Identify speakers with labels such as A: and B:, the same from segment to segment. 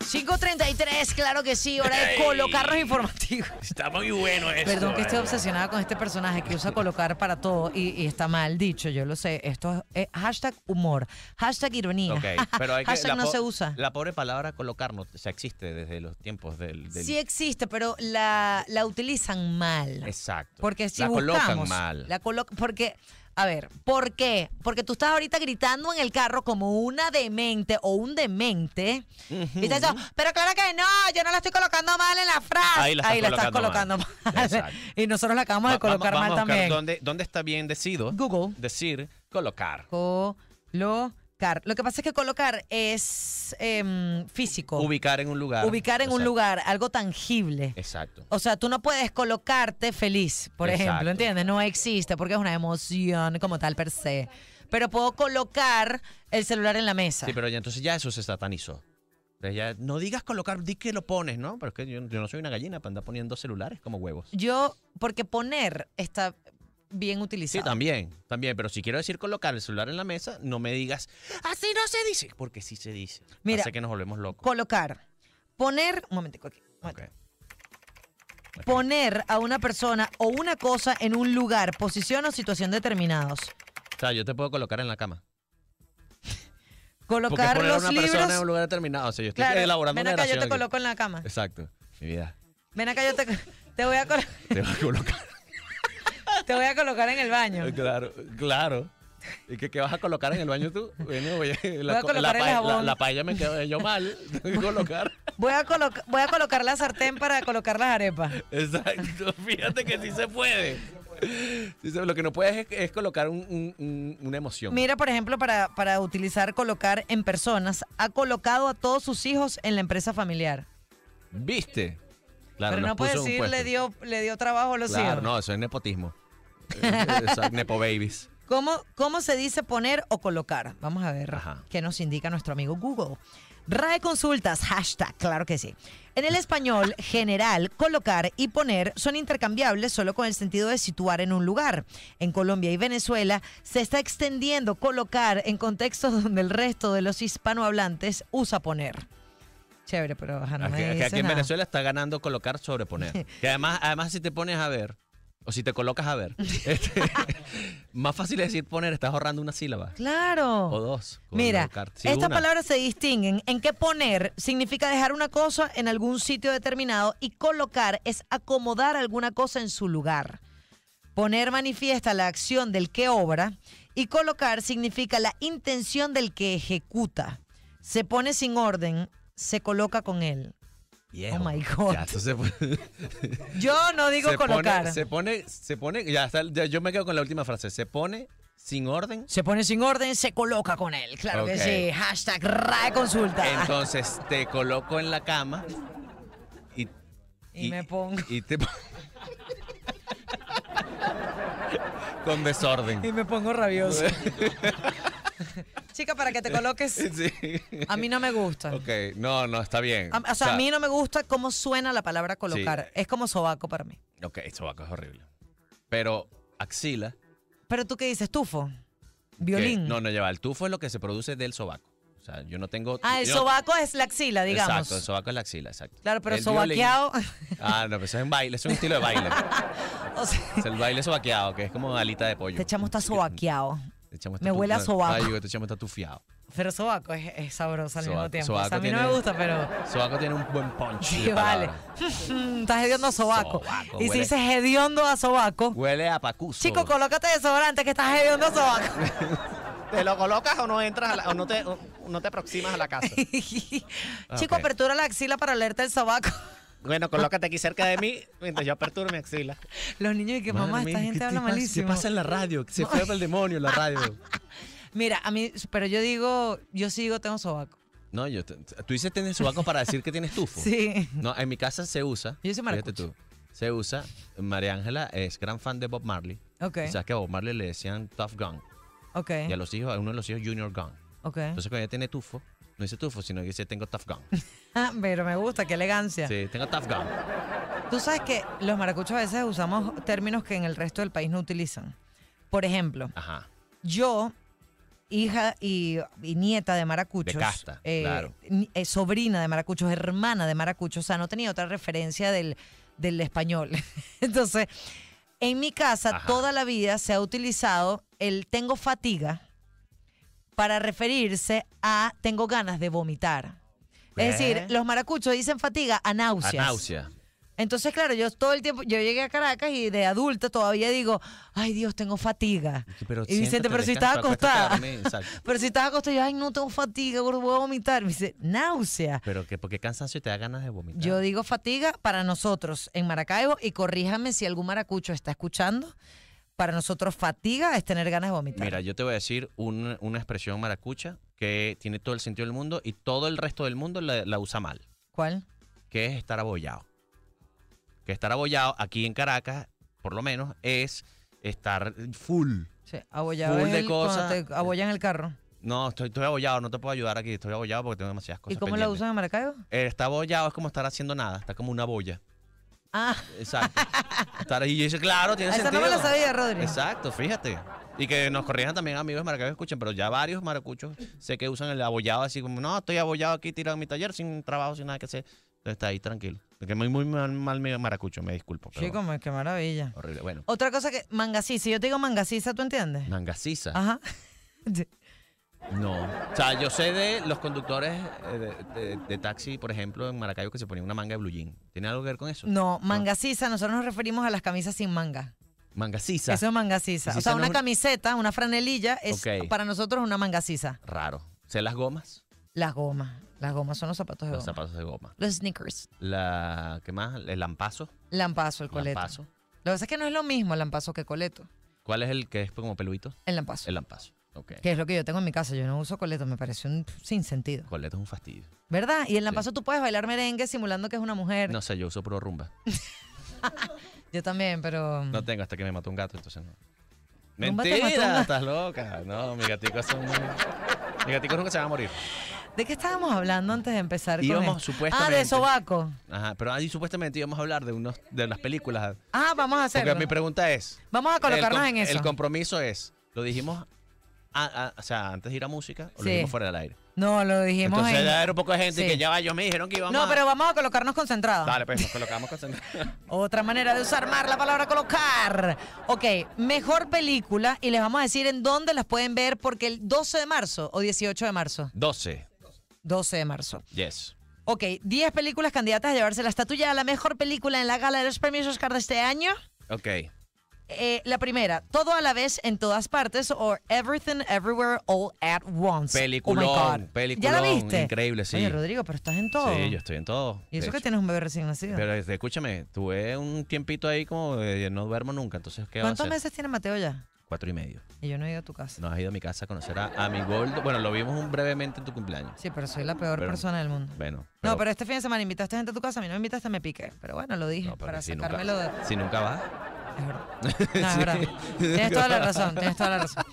A: 5.33, claro que sí, hora de
B: Ay.
A: colocarnos informativos.
B: Está muy bueno eso.
A: Perdón
C: eh.
A: que esté
B: ¿vale?
A: obsesionada con este personaje que usa colocar para todo y, y está mal dicho, yo lo sé. Esto es eh, hashtag humor, hashtag ironía,
C: Ok, pero hay que,
A: hashtag no
C: po-
A: se usa.
C: La pobre palabra colocarnos, o sea, existe desde los tiempos del... del-
A: Sí existe, pero la, la utilizan mal.
C: Exacto.
A: Porque si
C: la
A: buscamos,
C: colocan mal.
A: la colo- porque a ver, ¿por qué? Porque tú estás ahorita gritando en el carro como una demente o un demente. Y estás diciendo, pero claro que no, yo no la estoy colocando mal en la frase.
C: Ahí la estás
A: colocando
C: colocando
A: mal.
C: mal. Exacto.
A: y nosotros la acabamos de
C: Va- vamos-
A: colocar
C: vamos
A: mal
C: a buscar
A: también.
C: ¿dónde, ¿Dónde está bien decido?
A: Google.
C: Decir colocar.
A: Colocar. Lo que pasa es que colocar es em, físico.
C: Ubicar en un lugar.
A: Ubicar en un
C: Exacto.
A: lugar, algo tangible.
C: Exacto.
A: O sea, tú no puedes colocarte feliz, por
C: Exacto.
A: ejemplo, ¿entiendes? No existe porque es una emoción como tal per se. Pero puedo colocar el celular en la mesa.
C: Sí, pero ya, entonces ya eso se satanizó. Entonces ya, no digas colocar, di que lo pones, ¿no? Pero es que yo, yo no soy una gallina para andar poniendo celulares como huevos.
A: Yo, porque poner está bien
C: Sí,
A: utilizado.
C: también, también. Pero si quiero decir colocar el celular en la mesa, no me digas, así no se dice. Porque sí se dice.
A: Mira.
C: Hace que nos volvemos locos.
A: Colocar. Poner, un momentico aquí. un
C: Ok.
A: momentico. Poner a una persona o una cosa en un lugar, posición o situación determinados.
C: O sea, yo te puedo colocar en la cama. Porque
A: Colocar
C: poner a
A: los
C: una
A: libros.
C: persona en un lugar determinado. O sea, yo estoy
A: Claro,
C: elaborando
A: ven
C: una
A: acá, yo
C: oración
A: te
C: aquí.
A: coloco en la cama.
C: Exacto, mi vida.
A: Ven acá, yo te, te voy a colo-
C: Te voy a colocar.
A: te voy a colocar en el baño.
C: claro, claro. ¿Y qué, qué vas a colocar en el baño tú? Bueno, oye,
A: Voy a
C: la, co- la
A: colocar el
C: pa- la-
A: jabón.
C: la paella me quedó yo mal. Tengo que colocar.
A: Voy a, coloca- voy a colocar la sartén para colocar las arepas.
C: Exacto, fíjate que sí se puede. Sí se- lo que no puedes es, es colocar un- un- un- una emoción.
A: Mira, por ejemplo, para, para utilizar colocar en personas, ha colocado a todos sus hijos en la empresa familiar.
C: ¿Viste? Claro,
A: Pero
C: nos
A: no puede
C: puso en un
A: decir
C: puesto.
A: le dio, le dio trabajo a los
C: Claro,
A: hijos.
C: no, eso es nepotismo. Exacto, Nepo babies.
A: ¿Cómo, ¿Cómo se dice poner o colocar? Vamos a ver
C: Ajá.
A: qué nos indica nuestro amigo Google. RAE Consultas, hashtag, claro que sí. En el español general, colocar y poner son intercambiables solo con el sentido de situar en un lugar. En Colombia y Venezuela se está extendiendo colocar en contextos donde el resto de los hispanohablantes usa poner. Chévere, pero ajá, Ah, no
C: Aquí,
A: me
C: aquí-
A: dice
C: aquí en
A: nada.
C: Venezuela está ganando colocar sobreponer. Que además, además si te pones a ver, o si te colocas a ver, este, más fácil es decir poner, estás ahorrando una sílaba.
A: Claro.
C: O dos. con
A: Mira,
C: colocar. Sí,
A: estas
C: una.
A: palabras se distinguen. En qué poner significa dejar una cosa en algún sitio determinado y colocar es acomodar alguna cosa en su lugar. Poner manifiesta la acción del que obra y colocar significa la intención del que ejecuta. Se pone sin orden, se coloca con él.
C: Viejo,
A: Oh my God.
C: ya, eso se fue.
A: Yo no digo
C: se
A: colocar.
C: Pone, se pone, se pone, ya, está, ya yo me quedo con la última frase. Se pone sin orden.
A: Se pone sin orden, se coloca con él. Claro
C: Ok.
A: que sí. Hashtag RAE consulta.
C: Entonces te coloco en la cama y,
A: Y me pongo.
C: Y te pon- con desorden.
A: y me pongo rabioso. Chica, para que te coloques.
C: Sí.
A: A mí no me gusta.
C: Ok, no, no, está bien.
A: A- o sea, a mí no me gusta cómo suena la palabra colocar. Es como sobaco para mí.
C: Ok, sobaco es horrible. Pero axila. que-
A: Pero tú qué dices, tufo, violín.
C: No, no lleva. El tufo es lo que se produce del sobaco. O sea, yo no tengo.
A: ah, el
C: yo no-
A: sobaco es la axila, digamos.
C: Exacto, el sobaco es la axila, exacto.
A: Claro, pero
C: El
A: sobaqueado.
C: violín- Ah, no, pero eso es un baile, eso es un estilo de baile.
A: o sea,
C: Es el baile sobaqueado, que es como alita de pollo.
A: te echamos está sobaqueado.
C: Te echamos
A: Me huele a sobaco.
C: Ay, yo te echamos está tufiado.
A: Pero sobaco es, es sabroso al mismo
C: Sobaco-
A: tiempo.
C: sobaco
A: O sea, a mí no
C: tiene-
A: me gusta, pero.
C: Sobaco tiene un buen punch.
A: Sí,
C: de
A: vale.
C: palabra.
A: Estás hediondo a sobaco.
C: Sobaco,
A: y si
C: huele-
A: dices hediondo a sobaco,
C: Huele a pacuso.
A: chico, colócate desodorante que estás hediondo a sobaco.
C: ¿te lo colocas o no entras a la- o no te, o no te aproximas a la casa?
A: Chico,
C: Ah, ok.
A: apertura la axila para leerte el sobaco.
C: Bueno, colócate aquí cerca de mí mientras yo aperturo mi axila.
A: Los niños y que mamá, esta gente habla malísimo.
C: ¿Qué pasa en la radio? Que se fue para el demonio la radio.
A: Mira, a mí, pero yo digo, yo sí digo tengo sobaco.
C: No, yo te- tú dices tienes sobaco para decir que tienes tufo.
A: Sí.
C: No, en mi casa se usa.
A: Yo soy
C: fíjate
A: maracucho.
C: tú. Se usa. María Ángela es gran fan de Bob Marley.
A: Ok.
C: Y sabes que a Bob Marley le decían Tough Gun.
A: Ok.
C: Y a los hijos, a uno de los hijos Junior Gun.
A: Ok.
C: Entonces cuando ella tiene tufo, no dice tufo, sino que dice tengo Tough Gun.
A: Ah, pero me gusta, qué elegancia.
C: Sí, tengo Tough Gun.
A: Tú sabes que los maracuchos a veces usamos términos que en el resto del país no utilizan. Por ejemplo,
C: Ajá.
A: yo hija y, y nieta de maracuchos.
C: De casta, claro.
A: ni- eh, sobrina de maracuchos, hermana de maracuchos. O sea, no tenía otra referencia del, del español. Entonces, en mi casa
C: Ajá.
A: toda la vida se ha utilizado el tengo fatiga para referirse a tengo ganas de vomitar. Es
C: Ve.
A: decir, los maracuchos dicen fatiga a
C: A
A: náuseas.
C: náusea.
A: Entonces, claro, yo todo el tiempo, yo llegué a Caracas y de adulta todavía digo, ay Dios, tengo fatiga.
C: Pero
A: y Vicente,
C: siéntate,
A: pero si
C: descansa,
A: estás
C: acuéstate a
A: acostada.
C: dormir, exacto.
A: Pero si estás acostada, yo, ay, no tengo fatiga, gordo, voy a vomitar. Me dice, náusea.
C: Pero que porque cansancio te da ganas de vomitar.
A: Yo digo fatiga para nosotros en Maracaibo y corríjame si algún maracucho está escuchando. Para nosotros fatiga es tener ganas de vomitar.
C: Mira, yo te voy a decir un- una expresión maracucha que tiene todo el sentido del mundo y todo el resto del mundo la, la usa mal,
A: ¿Cuál?
C: que es estar abollado. Que estar abollado aquí en Caracas, por lo menos, es estar full.
A: Sí, abollado
C: Full
A: es
C: de
A: el- cuando
C: cosas.
A: te abollan el carro.
C: No, estoy, estoy abollado, no te puedo ayudar aquí, estoy abollado porque tengo demasiadas
A: ¿Y
C: cosas.
A: cómo la
C: pendientes.
A: usan en Maracaibo?
C: Eh, Estar abollado es como estar haciendo nada, está como una boya.
A: Ah,
C: Exacto. estar ahí y dice, claro, tiene
A: esa no
C: sentido.
A: me la sabía, Rodri.
C: Exacto, fíjate. Y que nos corrijan también amigos maracuchos escuchen, pero ya varios maracuchos sé que usan el abollado así como, no, estoy abollado aquí tirado en mi taller sin trabajo, sin nada que hacer. Entonces está ahí tranquilo. Que muy, muy mal, mal mi maracucho, me disculpo. Pero
A: Sí, como qué maravilla.
C: Horrible. Bueno,
A: Otra cosa que, mangasiza, si yo te digo mangasiza, ¿tú entiendes?
C: mangasiza.
A: Ajá.
C: No. O sea, yo sé de los conductores eh, de, de- de taxi, por ejemplo, en Maracaibo que se ponían una manga de blue jean. ¿Tiene algo que ver con eso?
A: No, mangasiza, nosotros nos referimos a las camisas sin manga.
C: Mangasiza.
A: Eso es mangasiza.
C: Sisa
A: O sea,
C: no
A: una
C: es un-
A: camiseta, una franelilla, es
C: Ok.
A: para nosotros una mangasiza.
C: Raro. ¿Sé las gomas?
A: Las gomas. Las gomas son los zapatos de
C: Los
A: goma.
C: zapatos de goma.
A: Los sneakers.
C: La, ¿Qué más? El lampazo.
A: Lampazo, el coleto.
C: Lampazo.
A: Lo que pasa es que no es lo mismo el lampazo que coleto.
C: ¿Cuál es el que es como peluito?
A: El lampazo.
C: El lampazo. Ok.
A: Que es lo que yo tengo en mi casa. Yo no uso coleto, me parece un sinsentido.
C: Coleto es un fastidio.
A: ¿Verdad? Y el lampazo tú puedes bailar merengue simulando que es una mujer.
C: No sé, yo uso puro rumba.
A: Mm. Yo también, pero.
C: No tengo hasta que me mató un gato, entonces no.
A: Rumba te mató un
C: ¡Mentira!
A: gato.
C: Estás loca. No, mi gatico son... Mi gatico nunca se va a morir.
A: ¿De qué estábamos hablando antes de empezar? con
C: Íbamos,
A: esto? Ah,
C: supuestamente.
A: de sobaco.
C: Ajá, pero ahí supuestamente íbamos a hablar de unos de las películas.
A: Ah, vamos a
C: Porque
A: hacerlo.
C: mi pregunta es.
A: Vamos a colocarnos
C: el
A: en
C: com-
A: eso.
C: El compromiso es. Lo dijimos. a- a- o sea, antes de ir a música, o
A: Sí.
C: lo dijimos fuera del aire.
A: No, lo dijimos
C: Entonces
A: en-
C: ya era un poco de gente
A: Sí.
C: que ya va, ellos me dijeron que íbamos
A: No,
C: a-
A: pero vamos a colocarnos concentrados.
C: Dale, pues nos colocamos concentrados.
A: Otra manera de usar más la palabra colocar. Ok, mejor película y les vamos a decir en dónde las pueden ver porque el 12 de marzo o 18 de marzo.
C: 12.
A: 12 de marzo.
C: Yes.
A: Ok, 10 películas candidatas a llevarse la estatuilla a la mejor película en la gala de los premios Oscar de este año.
C: Ok.
A: Eh, la primera, Todo a la vez en todas partes o Everything Everywhere All at Once. Oh
C: Peliculón,
A: my God. ¿Ya la
C: peliculón,
A: viste?
C: increíble, sí.
A: Oye, Rodrigo, pero estás en todo.
C: Sí, yo estoy en todo.
A: Oh. Y
C: de
A: eso que
C: hecho.
A: tienes un bebé recién nacido.
C: Pero este, escúchame, tuve un tiempito ahí como de no duermo nunca, entonces ¿qué va a
A: ¿Cuántos
C: hacer?
A: meses tiene Mateo ya?
C: Cuatro y medio.
A: Y yo no he ido a tu casa.
C: Nos ha ido a mi casa a conocer a, a mi gordo. Bueno, lo vimos un brevemente en tu cumpleaños.
A: Sí, pero soy la peor
C: Pero-
A: persona del mundo.
C: Bueno.
A: no, pero este fin de semana invitaste gente a tu casa, a mí no me invitaste, me piqué. Pero bueno, lo dije
C: no, pero
A: para
C: si
A: sacármelo de...
C: nunca, Si nunca vas.
A: Es verdad. No, es
C: Sí.
A: verdad. Tienes toda la razón, tienes toda la razón.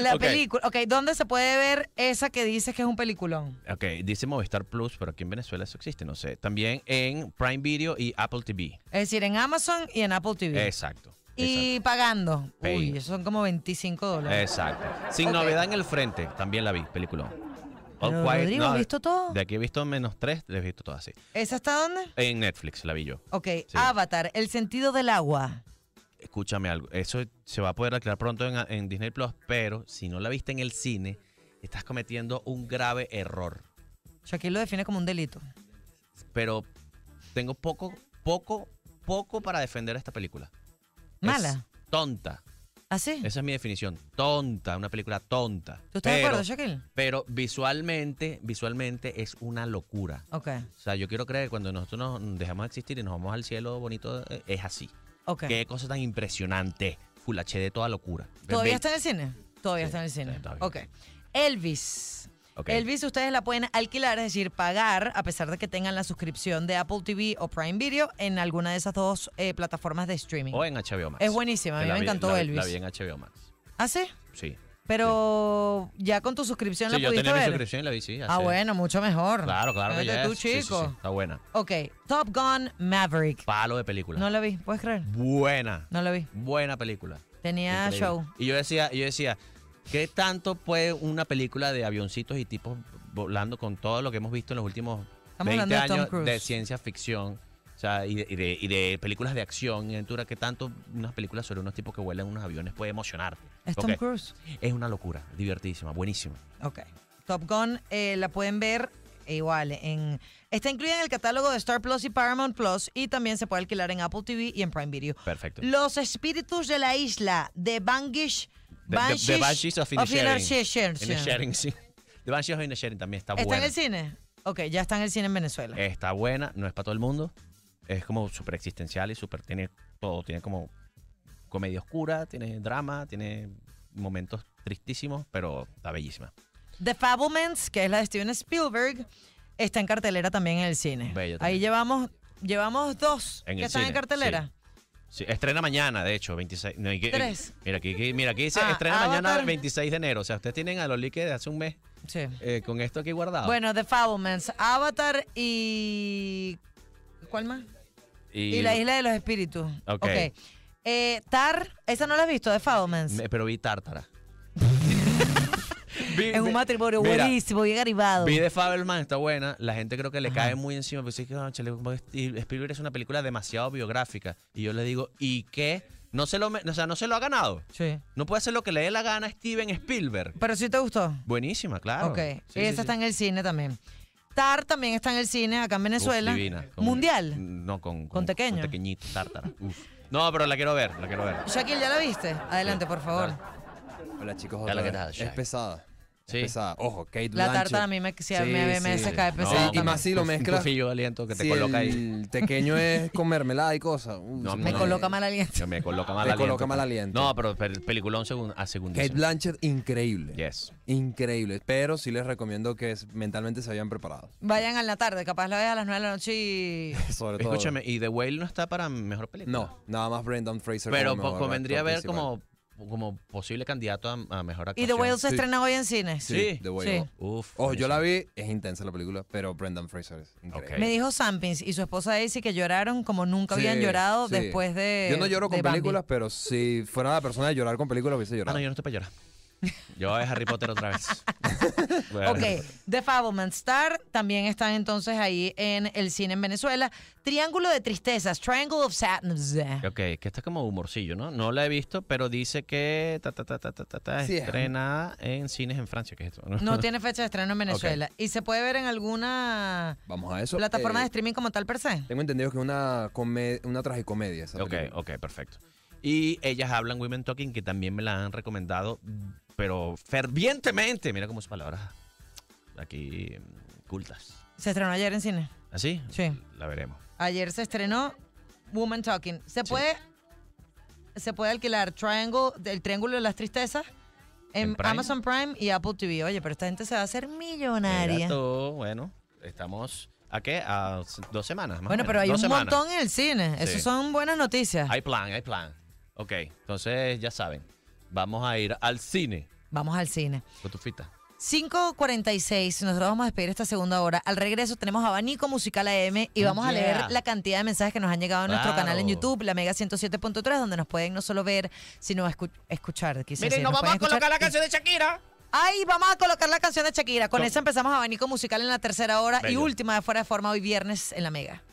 A: La
C: Ok.
A: película, ok, ¿dónde se puede ver esa que dices que es un peliculón?
C: Ok, dice Movistar Plus, pero aquí en Venezuela eso existe, no sé. También en Prime Video y Apple TV.
A: Es decir, en Amazon y en Apple TV.
C: Exacto.
A: y pagando. Uy,
C: Pay.
A: esos son como 25 dólares.
C: Exacto. exacto. Sin
A: Ok.
C: novedad en el frente, también la vi, película.
A: Pero, Rodrigo, ¿has visto todo?
C: De aquí he visto menos tres, les he visto todas así.
A: ¿Esa está dónde?
C: En Netflix la vi yo.
A: Ok,
C: Sí.
A: Avatar, el sentido del agua.
C: Escúchame algo, eso se va a poder aclarar pronto en, en Disney Plus, pero si no la viste en el cine, estás cometiendo un grave error.
A: Shaquille lo define como un delito.
C: Pero tengo poco, poco, poco para defender esta película. Es
A: Mala. ¿Ah,
C: tonta.
A: ¿Así?
C: Esa es mi definición. Tonta, una película tonta.
A: ¿Tú estás de
C: Pero-
A: acuerdo, Shaquille?
C: Pero visualmente, visualmente es una locura.
A: Ok,
C: O sea, yo quiero creer que cuando nosotros nos dejamos de existir y nos vamos al cielo bonito, eh, es así.
A: ok.
C: Qué cosa tan impresionante. Full HD, toda locura.
A: ¿Todavía
C: Ve-
A: está en el cine? Todavía
C: Sí,
A: está en el cine.
C: sí, todavía.
A: Ok. Elvis.
C: Ok.
A: Elvis ustedes la pueden alquilar, es decir, pagar, a pesar de que tengan la suscripción de Apple TV o Prime Video en alguna de esas dos eh, plataformas de streaming.
C: O en HBO Max.
A: Es buenísima, a
C: Que
A: mí
C: la
A: me
C: vi-
A: encantó
C: la vi-
A: Elvis.
C: La vi en HBO Max.
A: ¿Ah, sí?
C: Sí.
A: Pero ya con tu suscripción
C: Sí,
A: la
C: yo
A: pudiste
C: tenía mi
A: ver.
C: suscripción y la vi, sí.
A: Ah,
C: hace-
A: bueno, mucho mejor.
C: Claro, claro que
A: Fíjate
C: ya
A: tú,
C: es. Sí, sí, sí,
A: chico.
C: Está buena.
A: Ok, Top Gun Maverick.
C: Palo de película.
A: No la vi, ¿puedes creer?
C: Buena.
A: No la vi.
C: Buena película.
A: Tenía
C: Increíble.
A: show.
C: Y yo decía, yo decía, ¿Qué tanto puede una película de avioncitos y tipos volando con todo lo que hemos visto en los últimos
A: Estamos
C: 20
A: hablando de Tom
C: años de,
A: Cruise.
C: ciencia ficción? O sea, y de, y de- y de películas de acción y aventura, ¿qué tanto unas películas sobre unos tipos que vuelan en unos aviones puede emocionarte?
A: Es Tom
C: Porque
A: Cruise.
C: Es una locura, divertidísima, buenísima.
A: Ok. Top Gun eh, la pueden ver eh, igual. En, está incluida en el catálogo de Star Plus y Paramount Plus y también se puede alquilar en Apple TV y en Prime Video.
C: Perfecto.
A: Los espíritus de la isla de Bangish.
C: The- The- The Banshees of
A: Inisherin.
C: Inisherin. Inisherin, sí. The Banshees of Inisherin también está
A: ¿Está en
C: buena. Eh.
A: el cine? Ok, ya está en el cine en Venezuela.
C: Está buena, no es para todo el mundo. Es como súper existencial y súper tiene todo. Tiene como comedia oscura, tiene drama, tiene momentos tristísimos, pero está bellísima.
A: The Fablemans, que es la de Steven Spielberg, está en cartelera también en el cine.
C: Bella
A: Ahí
C: también.
A: llevamos, llevamos dos
C: En
A: que
C: el
A: están en
C: cine,
A: cartelera.
C: Sí, estrena mañana, de hecho, 26. no, y que-
A: Tres.
C: Mira aquí, aquí- mira, aquí dice
A: Ah,
C: estrena mañana
A: Avatar.
C: 26 de enero. O sea, ustedes tienen a los liques de hace un mes
A: Sí.
C: eh, con esto aquí guardado.
A: Bueno, The Fablemans, Avatar y... ¿Cuál más? Y, La Isla de los Espíritus.
C: Ok.
A: Eh, Tar, esa no la has visto, The Fablemans.
C: me- pero vi Tártara. Vi-
A: Es un
C: vi-
A: matrimonio
C: mira,
A: buenísimo, bien arribado.
C: Vi de Fabelman, está buena. La gente creo que le
A: Oh. Ajá.
C: cae muy encima. Pero sí que, "Ah, chale, como es- y Spielberg es una película demasiado biográfica. Y yo le digo, ¿y qué? No se lo, me- o sea, no se lo ha ganado.
A: Sí.
C: No puede hacer lo que le dé la gana a Steven Spielberg.
A: Pero sí te gustó.
C: Buenísima, claro.
A: ok.
C: Sí, sí,
A: esa
C: sí.
A: está en el cine también. Tar también está en el cine acá en
C: Uf,
A: Venezuela.
C: divina. Con-
A: Mundial.
C: No, con,
A: Con tequeño.
C: tequeñito, tártara. Uf. No, pero la quiero ver, la quiero ver.
A: Shaquille, ¿ya la viste? Adelante, por favor.
C: Dale.
B: Hola chicos,
C: Hola,
B: otra
C: ¿qué
B: vez.
C: tal, Shaq?
B: Es pesada.
C: Sí.
B: Es pesada. Ojo, Kate
A: La
B: Blanchett.
A: tarta a mí me, sí, a mí
B: Sí,
A: me, me
B: sí.
A: se cae
B: No,
A: pesada.
B: y más si lo
C: Un
B: mezclas-
C: tufillo de aliento que te
B: Si
C: coloca ahí.
B: el tequeño es con mermelada y cosas. uh,
C: No,
B: se
A: me
B: pone-
A: coloca mal aliento.
C: Que me coloca mal
B: Te
C: aliento. pues.
B: coloca mal aliento.
C: No, pero pel- peliculón segun- a
B: Kate
C: segundísimo.
B: Blanchett, increíble.
C: Yes.
B: Increíble. Pero sí les recomiendo que es- mentalmente se hayan preparado.
A: Vayan a la tarde, capaz la ves a las 9 de la noche y...
B: Sobre todo.
C: Escúchame, ¿y The Whale no está para mejor película?
B: No, nada más Brendan Fraser.
C: Pero
B: como
C: po-
B: mejor
C: convendría
B: actor
C: ver
B: principal.
C: como, como posible candidato a, a mejor
A: Y
C: actuación.
A: The Whale se
B: Sí.
A: estrena hoy en cines.
B: Sí,
C: Sí.
B: The Whale.
A: Sí.
C: Uf.
B: Ojo, Oh, yo
C: buenísimo.
B: la vi, es intensa la película, pero Brendan Fraser es increíble.
C: Ok.
A: Me dijo Sampins y su esposa Daisy que lloraron como nunca habían
B: Sí,
A: llorado
B: sí.
A: después de
B: Yo no lloro con
A: de Bambi.
B: películas, pero si fuera la persona de llorar con películas hubiese
C: Ah,
B: llorado.
C: no, yo no estoy para llorar. Yo voy a Harry Potter otra vez. Bueno.
A: Ok, The Fableman Star también están entonces ahí en el cine en Venezuela. Triángulo de Tristezas, Triangle of Sadness.
C: Ok, que está como humorcillo, ¿no? No la he visto, pero dice que ta, ta, ta, ta, ta, ta, ta,
B: Sí, es-
C: estrena en cines en Francia. ¿Qué es esto?
A: No tiene fecha de estreno en Venezuela. ¿Y se puede ver en alguna
B: Vamos a eso.
A: plataforma
B: Eh,
A: de streaming como tal per se?
B: Tengo entendido que es una, come- una tragicomedia. Esa
C: Ok,
B: película.
C: ok, perfecto. Y ellas hablan Women Talking, que también me la han recomendado, pero fervientemente. Mira cómo sus palabras aquí mm, cultas.
A: Se estrenó ayer en cine.
C: ¿Así?
A: Sí.
C: La veremos.
A: Ayer se estrenó Woman Talking. Se puede, se puede alquilar Triangle, el Triángulo de las Tristezas en
C: ¿En Prime?
A: Amazon Prime y Apple TV. Oye, pero esta gente se va a hacer millonaria.
C: Mira tú, bueno, estamos ¿a qué? A s- dos semanas más. o
A: Bueno,
C: menos,
A: pero hay un
C: dos semanas.
A: montón en el cine.
C: Sí.
A: Eso son buenas noticias.
C: Hay plan, hay plan. Ok, entonces ya saben, vamos a ir al cine
A: Vamos al cine.
C: con tu fita.
A: 5.46, nosotros vamos a despedir esta segunda hora. Al regreso tenemos abanico musical AM y vamos a
C: Yeah.
A: leer la cantidad de mensajes que nos han llegado a nuestro
C: Claro.
A: canal en YouTube, la Mega 107.3, donde nos pueden no solo ver, sino escu- escuchar. quise decir, nos pueden escuchar y-
C: de Shakira.
A: Ay, vamos a colocar la canción de Shakira. Con
C: No.
A: esa empezamos abanico musical en la tercera hora y
C: Bello.
A: última de Fuera de Forma hoy viernes en la Mega.